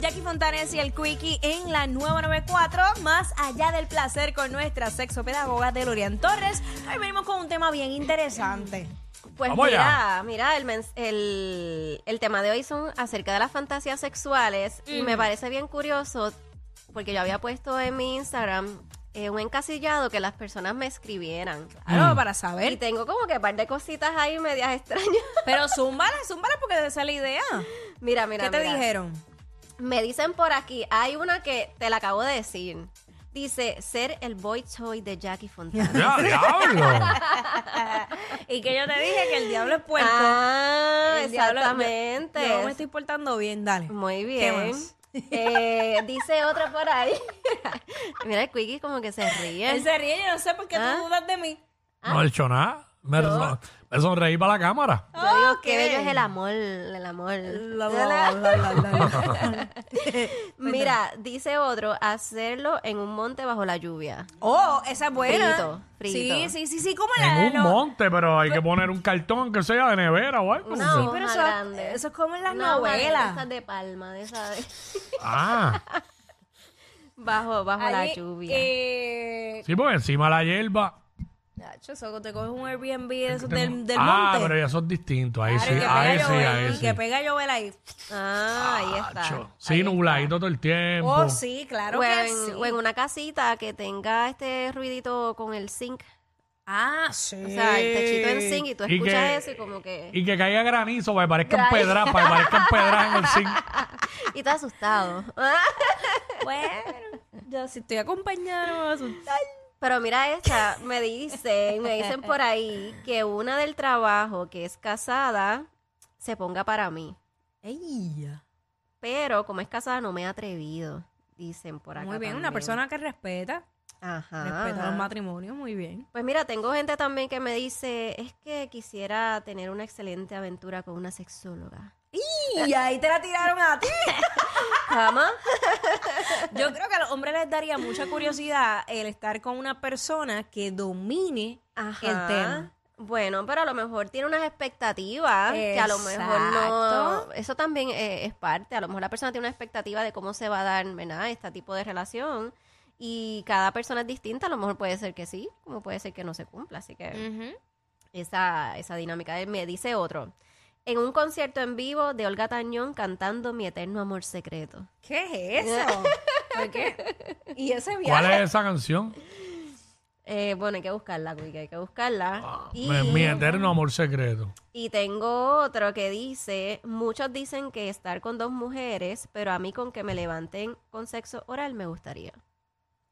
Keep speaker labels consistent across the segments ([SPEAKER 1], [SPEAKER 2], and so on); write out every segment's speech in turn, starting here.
[SPEAKER 1] Jackie Fontanes y el Quickie en la nueva 94, más allá del placer con nuestra sexopedagoga Delorian Torres. Hoy venimos con un tema bien interesante.
[SPEAKER 2] Pues
[SPEAKER 3] Vamos
[SPEAKER 2] mira,
[SPEAKER 3] allá.
[SPEAKER 2] mira, el, mens- el, el tema de hoy son acerca de las fantasías sexuales y
[SPEAKER 1] Mm.
[SPEAKER 2] me parece bien curioso porque yo había puesto en mi Instagram eh, un encasillado que las personas me escribieran.
[SPEAKER 3] Mm.
[SPEAKER 1] Claro, para
[SPEAKER 2] Y
[SPEAKER 1] saber.
[SPEAKER 2] tengo como que un par de cositas ahí medias extrañas.
[SPEAKER 1] Pero zúmbala, zúmbala porque de esa es la idea.
[SPEAKER 2] Mira, mira,
[SPEAKER 1] ¿Qué te
[SPEAKER 2] mira.
[SPEAKER 1] dijeron?
[SPEAKER 2] Me dicen por aquí, hay una que te la acabo de decir. Dice, ser el boy toy de Jackie Fontana.
[SPEAKER 3] ¡Ya, diablo!
[SPEAKER 1] Y que yo te dije que el diablo es puerco.
[SPEAKER 2] ah,
[SPEAKER 1] El diablo-
[SPEAKER 2] exactamente.
[SPEAKER 1] Yo, yo me estoy portando bien, dale.
[SPEAKER 2] Muy
[SPEAKER 1] ¿Qué
[SPEAKER 2] bien.
[SPEAKER 1] más?
[SPEAKER 2] Eh, dice otra por ahí. Mira, el Quickie como que se ríe.
[SPEAKER 1] Él se ríe, yo no sé por qué
[SPEAKER 2] Ah.
[SPEAKER 1] tú dudas de mí.
[SPEAKER 3] No he hecho nada. Me, me sonreí para la cámara.
[SPEAKER 2] Yo digo,
[SPEAKER 1] Ok.
[SPEAKER 2] qué bello es el amor, el amor.
[SPEAKER 1] La, la, la, la, la, la, la.
[SPEAKER 2] Mira, dice otro, hacerlo en un monte bajo la lluvia.
[SPEAKER 1] Oh, esa es buena.
[SPEAKER 2] Frito, frito.
[SPEAKER 1] Sí, sí, sí, sí, como la de
[SPEAKER 3] En un
[SPEAKER 1] los-
[SPEAKER 3] monte, pero hay que poner un cartón que sea de nevera o algo.
[SPEAKER 2] Una
[SPEAKER 1] Sí, pero
[SPEAKER 2] hoja
[SPEAKER 1] eso,
[SPEAKER 2] grande.
[SPEAKER 1] eso es como en las
[SPEAKER 2] Una hoja de
[SPEAKER 1] novelas.
[SPEAKER 2] esas de palma, de esas de-
[SPEAKER 3] Ah,
[SPEAKER 2] bajo, bajo la
[SPEAKER 1] Allí,
[SPEAKER 2] lluvia.
[SPEAKER 1] eh,
[SPEAKER 3] sí, porque encima la hierba.
[SPEAKER 1] Nacho, eso te coges un Airbnb de esos del, del
[SPEAKER 3] ah,
[SPEAKER 1] monte.
[SPEAKER 3] pero ya son distintos. Ahí
[SPEAKER 1] Claro,
[SPEAKER 3] sí,
[SPEAKER 1] que
[SPEAKER 3] ahí
[SPEAKER 1] pega
[SPEAKER 3] sí,
[SPEAKER 1] llover,
[SPEAKER 3] ahí
[SPEAKER 1] y
[SPEAKER 3] sí.
[SPEAKER 1] que pega llover ahí.
[SPEAKER 2] Ah, ahí está.
[SPEAKER 3] Acho. Sí, nubladito todo el tiempo.
[SPEAKER 1] Oh, sí, claro
[SPEAKER 2] o,
[SPEAKER 1] que
[SPEAKER 2] en,
[SPEAKER 1] sí.
[SPEAKER 2] o en una casita que tenga este ruidito con el zinc.
[SPEAKER 1] Ah, sí.
[SPEAKER 2] O sea, el techito en zinc y tú
[SPEAKER 3] Y
[SPEAKER 2] escuchas
[SPEAKER 3] que-
[SPEAKER 2] eso y como que...
[SPEAKER 3] Y que caiga granizo, para que parezca
[SPEAKER 2] Gra-
[SPEAKER 3] empedrar, para que parezca empedrar en el zinc.
[SPEAKER 2] Y estás asustado.
[SPEAKER 1] Bueno, yo si estoy acompañada no me va a asustar.
[SPEAKER 2] Pero mira esta, me dicen, me dicen por ahí que una del trabajo que es casada se ponga para mí.
[SPEAKER 1] Ey,
[SPEAKER 2] Pero como es casada no me he atrevido, dicen por acá.
[SPEAKER 1] muy bien,
[SPEAKER 2] también.
[SPEAKER 1] una persona que respeta,
[SPEAKER 2] Ajá.
[SPEAKER 1] respeta
[SPEAKER 2] ajá.
[SPEAKER 1] los matrimonios, muy bien.
[SPEAKER 2] Pues mira, tengo gente también que me dice, es que quisiera tener una excelente aventura con una sexóloga.
[SPEAKER 1] Y ahí te la tiraron a ti.
[SPEAKER 2] ¿Cama?
[SPEAKER 1] Yo creo que a los hombres les daría mucha curiosidad el estar con una persona que domine el tema.
[SPEAKER 2] Bueno, pero a lo mejor tiene unas expectativas que a lo mejor
[SPEAKER 1] Exacto.
[SPEAKER 2] no. Eso también eh, es parte. A lo mejor la persona tiene una expectativa de cómo se va a dar, ¿verdad? Este tipo de relación. Y cada persona es distinta. A lo mejor puede ser que sí, como puede ser que no se cumpla. Así que
[SPEAKER 1] Mm.
[SPEAKER 2] esa, esa dinámica. Él me dice otro. En un concierto en vivo de Olga Tañón cantando Mi Eterno Amor Secreto.
[SPEAKER 1] ¿Qué es eso? ¿Por qué? Y ese
[SPEAKER 3] ¿Cuál
[SPEAKER 1] viaje.
[SPEAKER 3] es esa canción?
[SPEAKER 2] Eh, bueno, hay que buscarla, Cuica, hay que buscarla. y...
[SPEAKER 3] Mi- Mi eterno amor secreto.
[SPEAKER 2] Y tengo otro que dice, muchos dicen que estar con dos mujeres, pero a mí con que me levanten con sexo oral me gustaría.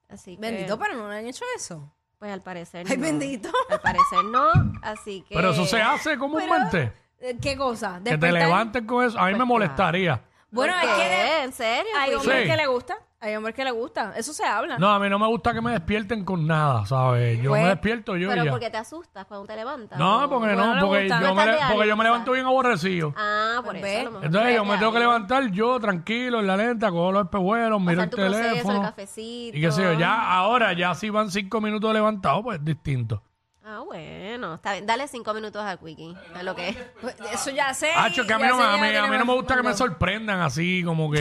[SPEAKER 2] Así que,
[SPEAKER 1] Bendito, pero no le han hecho eso.
[SPEAKER 2] pues al parecer
[SPEAKER 1] Eh. Ay,
[SPEAKER 2] no.
[SPEAKER 1] bendito.
[SPEAKER 2] Al parecer no, así que
[SPEAKER 3] Pero eso se hace comúnmente.
[SPEAKER 1] Eh, ¿Qué cosa?
[SPEAKER 3] Que te
[SPEAKER 1] Despertar-
[SPEAKER 3] levanten con eso. A mí me molestaría.
[SPEAKER 1] Bueno,
[SPEAKER 2] ¿Por
[SPEAKER 1] hay,
[SPEAKER 2] qué?
[SPEAKER 1] que
[SPEAKER 2] en serio.
[SPEAKER 1] hay
[SPEAKER 2] Pues,
[SPEAKER 1] hombres
[SPEAKER 3] Sí.
[SPEAKER 1] que le gusta. Hay hombres que le gusta. Eso se habla.
[SPEAKER 3] No, a mí no me gusta que me despierten con nada, ¿sabes? Yo
[SPEAKER 1] Pues,
[SPEAKER 3] me despierto yo y
[SPEAKER 2] pero
[SPEAKER 3] ya.
[SPEAKER 2] porque te asustas cuando te levantas.
[SPEAKER 3] No, porque
[SPEAKER 1] Bueno,
[SPEAKER 3] no,
[SPEAKER 1] le
[SPEAKER 3] porque,
[SPEAKER 1] gusta,
[SPEAKER 3] yo,
[SPEAKER 2] no
[SPEAKER 3] me,
[SPEAKER 2] estás
[SPEAKER 3] le-
[SPEAKER 2] de
[SPEAKER 3] porque yo me
[SPEAKER 2] ánimo,
[SPEAKER 3] levanto bien aborrecido.
[SPEAKER 2] Ah, por
[SPEAKER 1] Pues
[SPEAKER 2] eso. a
[SPEAKER 1] ve.
[SPEAKER 2] lo mejor
[SPEAKER 3] Entonces yo
[SPEAKER 2] te
[SPEAKER 3] me tengo que
[SPEAKER 2] ayuda.
[SPEAKER 3] levantar yo tranquilo en la lenta, cojo los espejuelos, miro el
[SPEAKER 2] Pasar tu proceso, el
[SPEAKER 3] teléfono.
[SPEAKER 2] cafecito.
[SPEAKER 3] Y qué sé yo, ya ahora, ya si van cinco minutos levantados, pues distinto.
[SPEAKER 2] Ah, bueno. Está bien. Dale cinco minutos a Quickie. a lo que es.
[SPEAKER 1] Pues, Eso ya sé.
[SPEAKER 3] Hacho, que a mí,
[SPEAKER 1] ya
[SPEAKER 3] no, me-
[SPEAKER 1] sé,
[SPEAKER 3] a
[SPEAKER 1] ya
[SPEAKER 3] mí- a mí no me
[SPEAKER 1] tenemos-
[SPEAKER 3] gusta que me sorprendan así, como que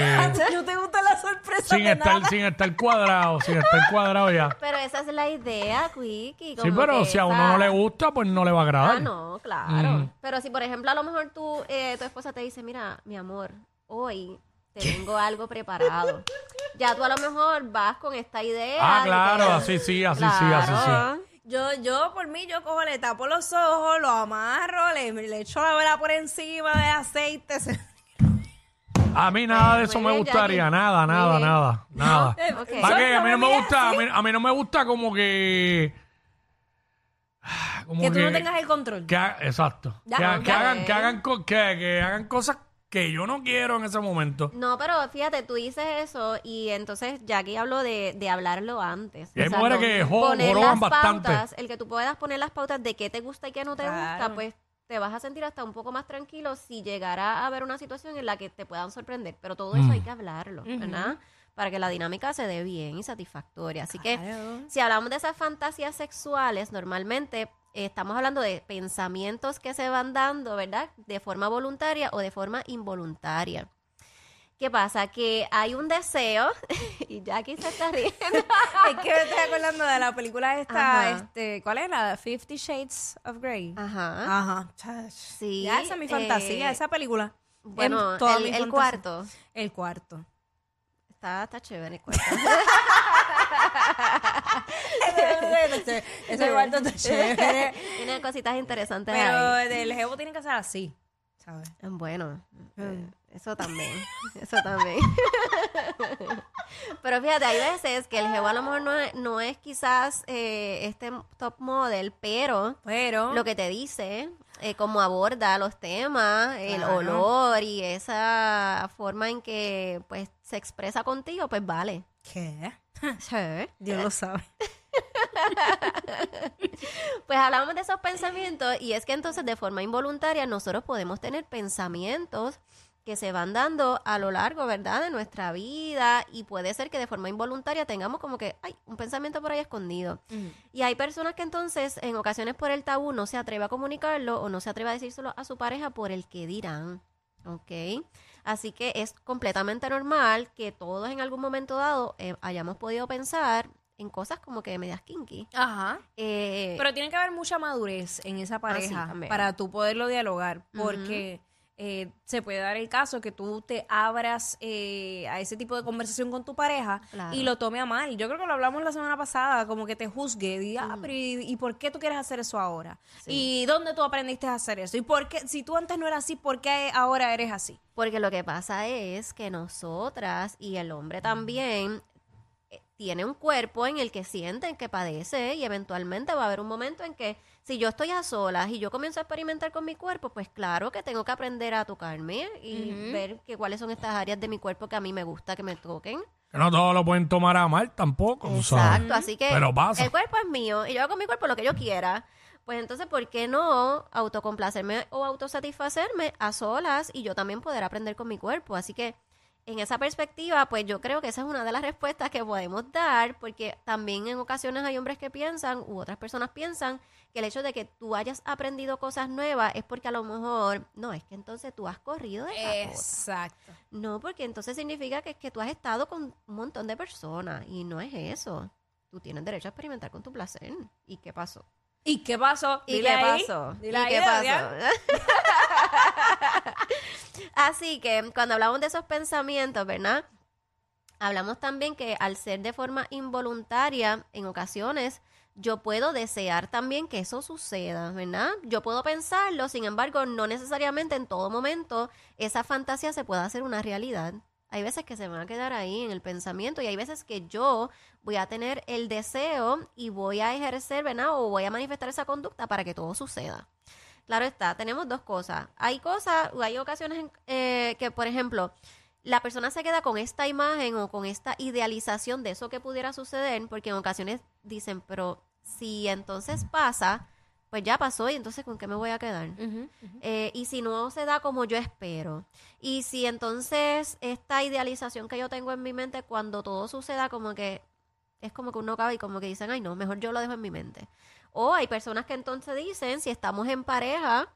[SPEAKER 1] No te gusta la sorpresa
[SPEAKER 3] sin
[SPEAKER 1] de
[SPEAKER 3] estar,
[SPEAKER 1] nada.
[SPEAKER 3] sin estar cuadrado, sin estar cuadrado ya.
[SPEAKER 2] Pero esa es la idea, Quickie.
[SPEAKER 3] Sí, pero si a uno no le gusta, pues no Mm. le va a agradar.
[SPEAKER 2] Ah, no, claro. Pero si, por ejemplo, a lo mejor tú, eh, tu esposa te dice, mira, mi amor, hoy te tengo algo preparado. Ya tú a lo mejor vas con esta idea.
[SPEAKER 3] Ah,
[SPEAKER 2] y te-
[SPEAKER 3] claro, así sí, así sí, así sí.
[SPEAKER 2] Claro.
[SPEAKER 1] Yo, yo, por mí, yo cojo, le tapo los ojos, lo amarro, le, le echo la vela por encima de aceite. se-
[SPEAKER 3] A mí nada de
[SPEAKER 2] Muy
[SPEAKER 3] eso me
[SPEAKER 2] bien,
[SPEAKER 3] gustaría,
[SPEAKER 2] Jackie.
[SPEAKER 3] nada,
[SPEAKER 2] Muy
[SPEAKER 3] nada,
[SPEAKER 2] bien.
[SPEAKER 3] nada, nada.
[SPEAKER 2] Ok.
[SPEAKER 3] ¿Para qué? A mí
[SPEAKER 1] Solo
[SPEAKER 3] no me
[SPEAKER 1] mira
[SPEAKER 3] gusta, a mí, a mí no me gusta como que... como
[SPEAKER 1] Que tú no tengas el control.
[SPEAKER 3] que ha- exacto.
[SPEAKER 1] Ya,
[SPEAKER 3] que, ha-
[SPEAKER 1] ok.
[SPEAKER 3] que hagan, que, hagan co- que- que hagan cosas que que yo no quiero en ese momento.
[SPEAKER 2] No, pero fíjate, tú dices eso y entonces Jackie habló de, de hablarlo antes.
[SPEAKER 3] Y hay
[SPEAKER 2] O sea,
[SPEAKER 3] mujeres
[SPEAKER 2] con-
[SPEAKER 3] que jo-
[SPEAKER 2] poner
[SPEAKER 3] joroban
[SPEAKER 2] las
[SPEAKER 3] bastante.
[SPEAKER 2] pautas, el que tú puedas poner las pautas de qué te gusta y qué no te
[SPEAKER 1] Claro.
[SPEAKER 2] gusta, pues te vas a sentir hasta un poco más tranquilo si llegara a haber una situación en la que te puedan sorprender. Pero todo eso
[SPEAKER 3] Mm.
[SPEAKER 2] hay que hablarlo, ¿verdad? Para que la dinámica se dé bien y satisfactoria. Así que
[SPEAKER 1] Claro.
[SPEAKER 2] si hablamos de esas fantasías sexuales, normalmente eh, estamos hablando de pensamientos que se van dando, ¿verdad? De forma voluntaria o de forma involuntaria. ¿Qué pasa? Que hay un deseo, y Jackie se está riendo.
[SPEAKER 1] Es que me estoy acordando de la película esta,
[SPEAKER 2] Ajá.
[SPEAKER 1] este, ¿cuál es la? Fifty Shades of Grey.
[SPEAKER 2] Ajá.
[SPEAKER 1] Ajá.
[SPEAKER 2] Sí,
[SPEAKER 1] Ya, esa es mi
[SPEAKER 2] eh,
[SPEAKER 1] fantasía, esa película.
[SPEAKER 2] Bueno,
[SPEAKER 1] Es toda
[SPEAKER 2] el,
[SPEAKER 1] mi
[SPEAKER 2] el
[SPEAKER 1] fantasía.
[SPEAKER 2] cuarto.
[SPEAKER 1] El cuarto.
[SPEAKER 2] Está, está chévere el cuarto.
[SPEAKER 1] ese ese cuarto está chévere.
[SPEAKER 2] Tiene cositas interesantes
[SPEAKER 1] Pero
[SPEAKER 2] ahí.
[SPEAKER 1] el jevo tiene que ser así, ¿sabes?
[SPEAKER 2] Bueno, eh, eso también. Eso también. Pero fíjate, hay veces que el jevo a lo mejor no es, no es quizás eh, este top model, pero
[SPEAKER 1] Pero...
[SPEAKER 2] lo que te dice, eh, cómo aborda los temas, el
[SPEAKER 1] Claro.
[SPEAKER 2] olor y esa forma en que pues se expresa contigo, pues vale.
[SPEAKER 1] ¿Qué?
[SPEAKER 2] Sí.
[SPEAKER 1] Dios lo sabe.
[SPEAKER 2] Pues hablábamos de esos pensamientos y es que entonces de forma involuntaria nosotros podemos tener pensamientos que se van dando a lo largo, ¿verdad?, de nuestra vida y puede ser que de forma involuntaria tengamos como que, ay, un pensamiento por ahí escondido. Y hay personas que entonces en ocasiones por el tabú no se atreve a comunicarlo o no se atreve a decírselo a su pareja por el que dirán. ¿Ok? Así que es completamente normal que todos en algún momento dado eh, hayamos podido pensar en cosas como que medias kinky.
[SPEAKER 1] Ajá.
[SPEAKER 2] Eh, Ah,
[SPEAKER 1] Pero tiene que haber mucha madurez en esa pareja
[SPEAKER 2] también.
[SPEAKER 1] para tú poderlo dialogar, porque eh, se puede dar el caso que tú te abras eh, a ese tipo de conversación con tu pareja
[SPEAKER 2] Claro.
[SPEAKER 1] y lo tome a mal. Yo creo que lo hablamos la semana pasada, como que te juzgue, diga,
[SPEAKER 2] Mm.
[SPEAKER 1] ah, pero ¿y, y por qué tú quieres hacer eso ahora? ¿Y dónde tú aprendiste a hacer eso? ¿Y por qué, si tú antes no eras así, por qué ahora eres así?
[SPEAKER 2] Porque lo que pasa es que nosotras y el hombre también eh, tiene un cuerpo en el que sienten que padece y eventualmente va a haber un momento en que si yo estoy a solas y yo comienzo a experimentar con mi cuerpo, pues claro que tengo que aprender a tocarme y ver que cuáles son estas áreas de mi cuerpo que a mí me gusta que me toquen.
[SPEAKER 3] Que no todos lo pueden tomar a mal tampoco. tú sabes.
[SPEAKER 2] Exacto, así que
[SPEAKER 3] Pero pasa.
[SPEAKER 2] el cuerpo es mío y yo hago con mi cuerpo lo que yo quiera. Pues entonces, ¿por qué no autocomplacerme o autosatisfacerme a solas y yo también poder aprender con mi cuerpo? Así que en esa perspectiva, pues yo creo que esa es una de las respuestas que podemos dar, porque también en ocasiones hay hombres que piensan, u otras personas piensan, que el hecho de que tú hayas aprendido cosas nuevas es porque a lo mejor, no, es que entonces tú has corrido de capota.
[SPEAKER 1] Exacto.
[SPEAKER 2] No, porque entonces significa que, que tú has estado con un montón de personas y no es eso. Tú tienes derecho a experimentar con tu placer. ¿Y qué pasó?
[SPEAKER 1] ¿Y qué pasó?
[SPEAKER 2] ¿Y
[SPEAKER 1] Dile
[SPEAKER 2] qué
[SPEAKER 1] ahí.
[SPEAKER 2] pasó? ¿Y
[SPEAKER 1] Dile ahí,
[SPEAKER 2] qué
[SPEAKER 1] Adrián.
[SPEAKER 2] pasó? Así que cuando hablamos de esos pensamientos, ¿verdad? Hablamos también que al ser de forma involuntaria, en ocasiones yo puedo desear también que eso suceda, ¿verdad? Yo puedo pensarlo, sin embargo, no necesariamente en todo momento esa fantasía se pueda hacer una realidad. Hay veces que se van a quedar ahí en el pensamiento y hay veces que yo voy a tener el deseo y voy a ejercer, ¿verdad? O voy a manifestar esa conducta para que todo suceda. Claro está, tenemos dos cosas. Hay cosas, o hay ocasiones en- eh, que, por ejemplo, la persona se queda con esta imagen o con esta idealización de eso que pudiera suceder, porque en ocasiones dicen, pero si entonces pasa, pues ya pasó y entonces con qué me voy a quedar. Eh, y si no se da como yo espero. Y si entonces esta idealización que yo tengo en mi mente, cuando todo suceda, como que es como que uno acaba y como que dicen, ay, no, mejor yo lo dejo en mi mente. O hay personas que entonces dicen, si estamos en pareja,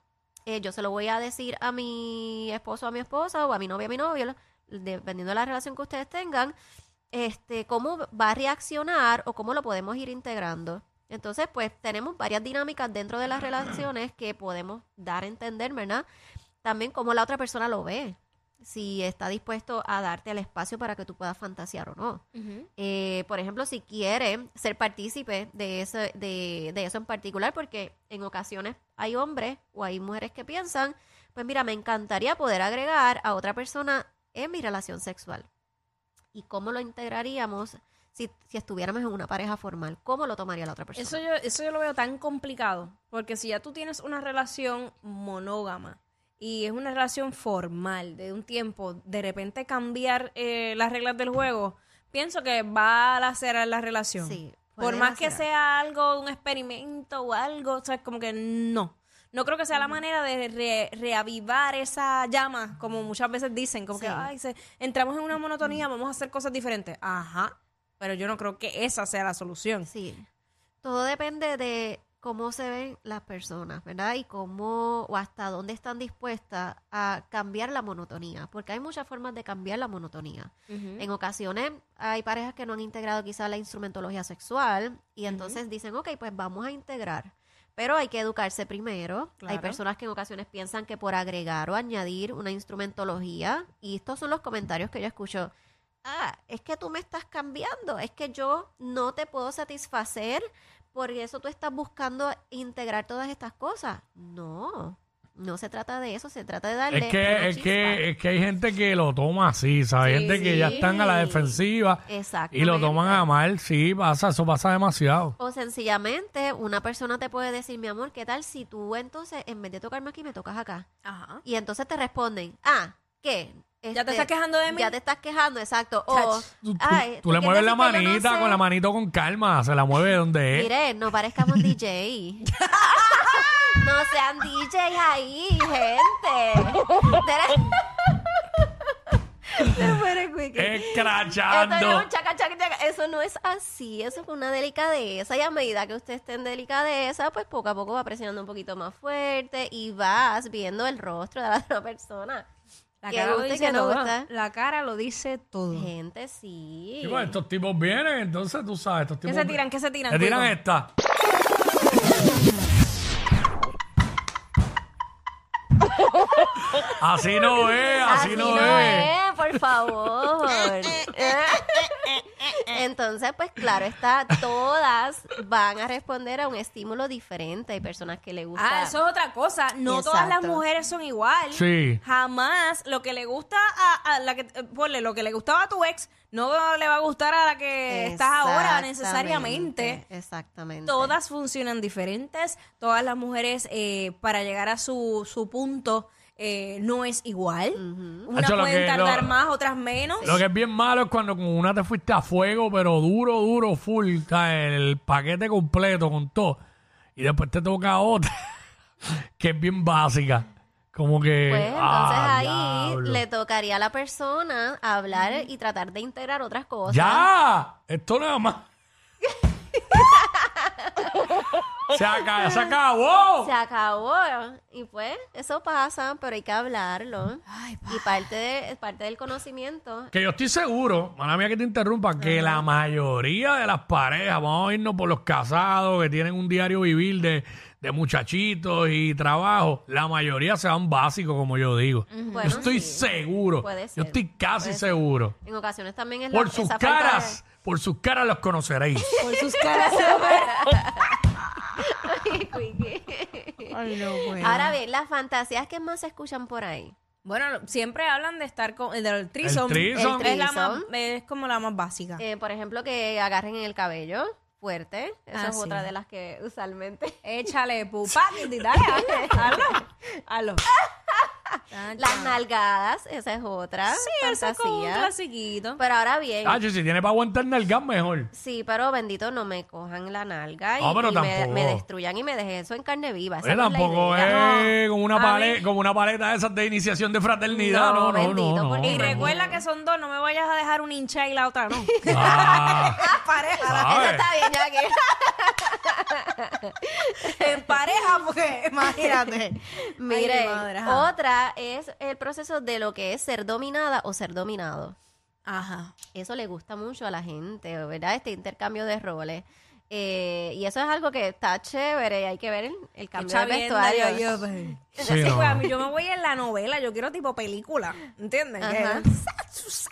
[SPEAKER 2] eh, yo se lo voy a decir a mi esposo, a mi esposa, o a mi novia, a mi novio, lo- dependiendo de la relación que ustedes tengan, este, cómo va a reaccionar o cómo lo podemos ir integrando. Entonces, pues tenemos varias dinámicas dentro de las relaciones que podemos dar a entender, ¿verdad? También cómo la otra persona lo ve, si está dispuesto a darte el espacio para que tú puedas fantasear o no. Eh, por ejemplo, si quiere ser partícipe de eso, de, de eso en particular, porque en ocasiones hay hombres o hay mujeres que piensan, pues mira, me encantaría poder agregar a otra persona en mi relación sexual. ¿Y cómo lo integraríamos si, si estuviéramos en una pareja formal? ¿Cómo lo tomaría la otra persona?
[SPEAKER 1] Eso yo, eso yo lo veo tan complicado, porque si ya tú tienes una relación monógama y es una relación formal de un tiempo, de repente cambiar eh, las reglas del juego, pienso que va a lacerar la relación.
[SPEAKER 2] Sí, puede
[SPEAKER 1] Por más que
[SPEAKER 2] lacerar.
[SPEAKER 1] sea algo, un experimento o algo, o sea, es como que no. No creo que sea la manera de re- reavivar esa llama, como muchas veces dicen, como que
[SPEAKER 2] Sí.
[SPEAKER 1] "Ay, se- entramos en una monotonía, vamos a hacer cosas diferentes. Ajá, pero yo no creo que esa sea la solución.
[SPEAKER 2] Sí. Todo depende de cómo se ven las personas, ¿verdad? Y cómo o hasta dónde están dispuestas a cambiar la monotonía, porque hay muchas formas de cambiar la monotonía. En ocasiones hay parejas que no han integrado quizás la instrumentología sexual y entonces dicen, ok, pues vamos a integrar. Pero hay que educarse primero. Hay
[SPEAKER 1] Claro.
[SPEAKER 2] personas que en ocasiones piensan que por agregar o añadir una instrumentología, y estos son los comentarios que yo escucho, ah, es que tú me estás cambiando, es que yo no te puedo satisfacer, por eso tú estás buscando integrar todas estas cosas. No, no se trata de eso, se trata de darle...
[SPEAKER 3] Es que,
[SPEAKER 2] una
[SPEAKER 3] es,
[SPEAKER 2] chispa.
[SPEAKER 3] que, es que hay gente que lo toma así, ¿sabes?
[SPEAKER 1] Sí,
[SPEAKER 3] gente que ya
[SPEAKER 1] sí.
[SPEAKER 3] están a la defensiva eh, y lo
[SPEAKER 2] Exactamente.
[SPEAKER 3] toman a mal. Sí, pasa, eso pasa demasiado.
[SPEAKER 2] O sencillamente una persona te puede decir, mi amor, ¿qué tal si tú entonces en vez de tocarme aquí me tocas acá?
[SPEAKER 1] Ajá.
[SPEAKER 2] Y entonces te responden, ah, ¿qué?
[SPEAKER 1] ¿Ya te
[SPEAKER 2] Este,
[SPEAKER 1] estás quejando de mí?
[SPEAKER 2] Ya te estás quejando, exacto. O,
[SPEAKER 1] Chach.
[SPEAKER 3] Tú, tú-
[SPEAKER 2] "Ay,
[SPEAKER 3] tú le
[SPEAKER 2] ¿qué tal
[SPEAKER 3] mueves la
[SPEAKER 2] si te
[SPEAKER 3] manita
[SPEAKER 2] conoces?"
[SPEAKER 3] con la ¿eh? manito con calma, se la mueve donde es.
[SPEAKER 2] Mire, no parezcamos DJ. no sean DJs ahí, gente. Te mueres, Quickie. Esto no es
[SPEAKER 3] Escrachando.
[SPEAKER 2] un chaca, chaca, chaca. Eso no es así, eso es una delicadeza. Y a medida que usted esté en delicadeza, pues poco a poco va presionando un poquito más fuerte y vas viendo el rostro de la otra persona.
[SPEAKER 1] La
[SPEAKER 2] Que
[SPEAKER 1] cara, lo
[SPEAKER 2] guste,
[SPEAKER 1] dice
[SPEAKER 2] que no
[SPEAKER 1] todo.
[SPEAKER 2] gusta.
[SPEAKER 1] la cara lo dice todo.
[SPEAKER 2] Gente, sí.
[SPEAKER 3] Y bueno, estos tipos vienen, entonces tú sabes, estos
[SPEAKER 1] ¿Qué
[SPEAKER 3] tipos.
[SPEAKER 1] se tiran? ¿Qué se tiran?
[SPEAKER 3] Se tiran
[SPEAKER 1] Cuico?
[SPEAKER 3] esta. Así no es, así,
[SPEAKER 2] Así
[SPEAKER 3] no,
[SPEAKER 2] no
[SPEAKER 3] es.
[SPEAKER 2] es, por favor. Entonces, pues claro, está, todas van a responder a un estímulo diferente. Hay personas que le gusta.
[SPEAKER 1] Ah, eso es otra cosa. No todas las
[SPEAKER 2] Exacto.
[SPEAKER 1] mujeres son igual.
[SPEAKER 3] Sí.
[SPEAKER 1] Jamás lo que le gusta a, a la que eh, ponle, lo que le gustaba a tu ex no le va a gustar a la que estás ahora necesariamente.
[SPEAKER 2] Exactamente, Exactamente.
[SPEAKER 1] Todas funcionan diferentes. Todas las mujeres eh, para llegar a su, su punto eh, no es igual. Unas
[SPEAKER 3] Hacho, lo
[SPEAKER 1] pueden
[SPEAKER 3] que-
[SPEAKER 1] tardar
[SPEAKER 3] lo-
[SPEAKER 1] más, otras menos.
[SPEAKER 3] Lo que es bien malo es cuando con una te fuiste a fuego, pero duro, duro, full, o sea, el paquete completo con todo. Y después te toca otra, que es bien básica. Como que.
[SPEAKER 2] Pues entonces
[SPEAKER 3] ah,
[SPEAKER 2] ahí
[SPEAKER 3] diablo.
[SPEAKER 2] le tocaría a la persona hablar y tratar de integrar otras cosas.
[SPEAKER 3] ¡Ya! Esto nada más. se, aca- se acabó.
[SPEAKER 2] Se acabó. Y pues, eso pasa, pero hay que hablarlo. y parte, de, parte del conocimiento.
[SPEAKER 3] Que yo estoy seguro, mala mía que te interrumpa, que la mayoría de las parejas, vamos a irnos por los casados que tienen un diario vivir de, de muchachitos y trabajo, la mayoría se van básicos, como yo digo.
[SPEAKER 2] Bueno,
[SPEAKER 3] yo estoy
[SPEAKER 2] sí.
[SPEAKER 3] seguro.
[SPEAKER 2] Puede
[SPEAKER 3] Yo
[SPEAKER 2] ser,
[SPEAKER 3] estoy casi
[SPEAKER 2] puede ser.
[SPEAKER 3] seguro.
[SPEAKER 2] En ocasiones también es la-
[SPEAKER 3] Por sus
[SPEAKER 2] esa falta de-
[SPEAKER 3] caras, por sus caras los conoceréis.
[SPEAKER 1] Por sus caras. Ay, no,
[SPEAKER 3] Eh.
[SPEAKER 1] bueno.
[SPEAKER 2] Ahora bien, las fantasías que más se escuchan por ahí.
[SPEAKER 1] Bueno, lo- siempre hablan de estar con el del
[SPEAKER 3] El
[SPEAKER 1] trisom.
[SPEAKER 3] threesome.
[SPEAKER 1] es, la
[SPEAKER 2] Threesome.
[SPEAKER 1] más- es como la más básica.
[SPEAKER 2] Eh, por ejemplo, que agarren en el cabello fuerte. Esa
[SPEAKER 1] Ah,
[SPEAKER 2] es
[SPEAKER 1] sí.
[SPEAKER 2] otra de las que usualmente.
[SPEAKER 1] Échale pupa, dale, hazlo, hazlo. Ah,
[SPEAKER 2] Las nalgadas, esa es otra.
[SPEAKER 1] Sí, eso es como un
[SPEAKER 2] fantasía.
[SPEAKER 1] clasiquito.
[SPEAKER 2] Pero ahora bien,
[SPEAKER 3] Ah, si tiene para aguantar nalgas, mejor.
[SPEAKER 2] sí, pero bendito no me cojan la nalga y,
[SPEAKER 3] Ah, pero
[SPEAKER 2] y me,
[SPEAKER 3] tampoco.
[SPEAKER 2] me destruyan y me dejen eso en carne viva. Esa
[SPEAKER 3] Oye,
[SPEAKER 2] no es la
[SPEAKER 3] tampoco es
[SPEAKER 2] idea.
[SPEAKER 3] como, una
[SPEAKER 1] A
[SPEAKER 3] pale-
[SPEAKER 1] ver.
[SPEAKER 3] como una paleta de esas de iniciación de fraternidad. No, no,
[SPEAKER 2] No,
[SPEAKER 3] no.
[SPEAKER 2] bendito,
[SPEAKER 3] no,
[SPEAKER 2] porque-
[SPEAKER 1] Y
[SPEAKER 3] no.
[SPEAKER 1] recuerda que son dos, no me vayas a dejar una hincha y la otra no.
[SPEAKER 3] Ah,
[SPEAKER 1] En pareja,
[SPEAKER 2] Eso
[SPEAKER 3] ¿sabes?
[SPEAKER 2] está bien, ya que-
[SPEAKER 1] en pareja, porque imagínate.
[SPEAKER 2] Mire,
[SPEAKER 1] mi madre, ajá.
[SPEAKER 2] otra es el proceso de lo que es ser dominada o ser dominado.
[SPEAKER 1] Ajá.
[SPEAKER 2] Eso le gusta mucho a la gente, ¿verdad? Este intercambio de roles. Eh, y eso es algo que está chévere y hay que ver el, el cambio
[SPEAKER 1] Mucha
[SPEAKER 2] de
[SPEAKER 1] vienda,
[SPEAKER 2] vestuario.
[SPEAKER 1] yo- yo-
[SPEAKER 3] Sí,
[SPEAKER 1] Sí,
[SPEAKER 3] no.
[SPEAKER 1] pues, a mí yo me voy en la novela, yo quiero tipo película, ¿entiendes?
[SPEAKER 2] Ajá.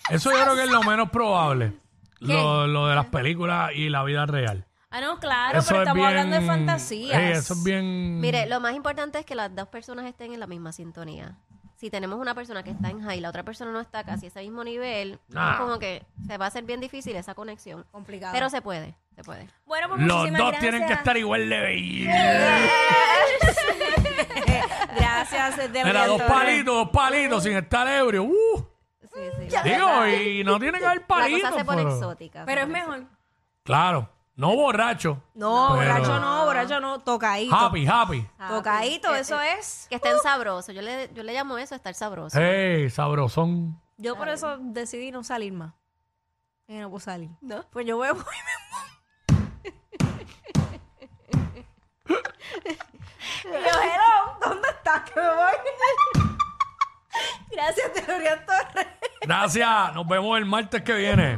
[SPEAKER 3] Eso yo creo que es lo menos probable. Lo, lo de las películas y la vida real.
[SPEAKER 1] Ah, no, claro,
[SPEAKER 3] eso
[SPEAKER 1] pero
[SPEAKER 3] es
[SPEAKER 1] estamos hablando de
[SPEAKER 3] bien-
[SPEAKER 1] fantasías.
[SPEAKER 3] Sí, eso es bien.
[SPEAKER 2] Mire, lo más importante es que las dos personas estén en la misma sintonía. Si tenemos una persona que está en high y la otra persona no está casi a ese mismo nivel,
[SPEAKER 3] Ah.
[SPEAKER 2] es como que se va a hacer bien difícil esa conexión.
[SPEAKER 1] Complicado.
[SPEAKER 2] Pero se puede, se Se puede.
[SPEAKER 1] Bueno, pues
[SPEAKER 3] Los dos
[SPEAKER 1] muchísimas gracias.
[SPEAKER 3] tienen que estar igual de bellos.
[SPEAKER 1] Gracias, Delia
[SPEAKER 3] Mira, dos
[SPEAKER 1] Torres.
[SPEAKER 3] palitos, dos palitos sin estar ebrio. Uh,
[SPEAKER 2] Sí, sí.
[SPEAKER 3] digo, y no tiene que haber
[SPEAKER 2] La
[SPEAKER 3] palitos.
[SPEAKER 2] cosa se pone
[SPEAKER 3] pero-
[SPEAKER 2] exótica.
[SPEAKER 1] Pero
[SPEAKER 2] se
[SPEAKER 1] es
[SPEAKER 2] pone
[SPEAKER 1] mejor.
[SPEAKER 3] Claro, no borracho.
[SPEAKER 1] No,
[SPEAKER 3] Pero-
[SPEAKER 1] borracho no, borracho no. Tocadito.
[SPEAKER 3] Happy, happy.
[SPEAKER 2] exótica.
[SPEAKER 1] Tocadito,
[SPEAKER 2] Que-
[SPEAKER 1] eso es.
[SPEAKER 2] Que estén sabrosos. Yo le, yo le llamo eso estar sabroso.
[SPEAKER 3] Hey, sabrosón.
[SPEAKER 1] Yo por eso decidí no salir más. Y no puedo salir.
[SPEAKER 2] ¿No?
[SPEAKER 1] Pues yo voy a Yo, hello, ¿dónde estás? Que me voy. Gracias, Teoría Torres.
[SPEAKER 3] Gracias, nos vemos el martes que viene.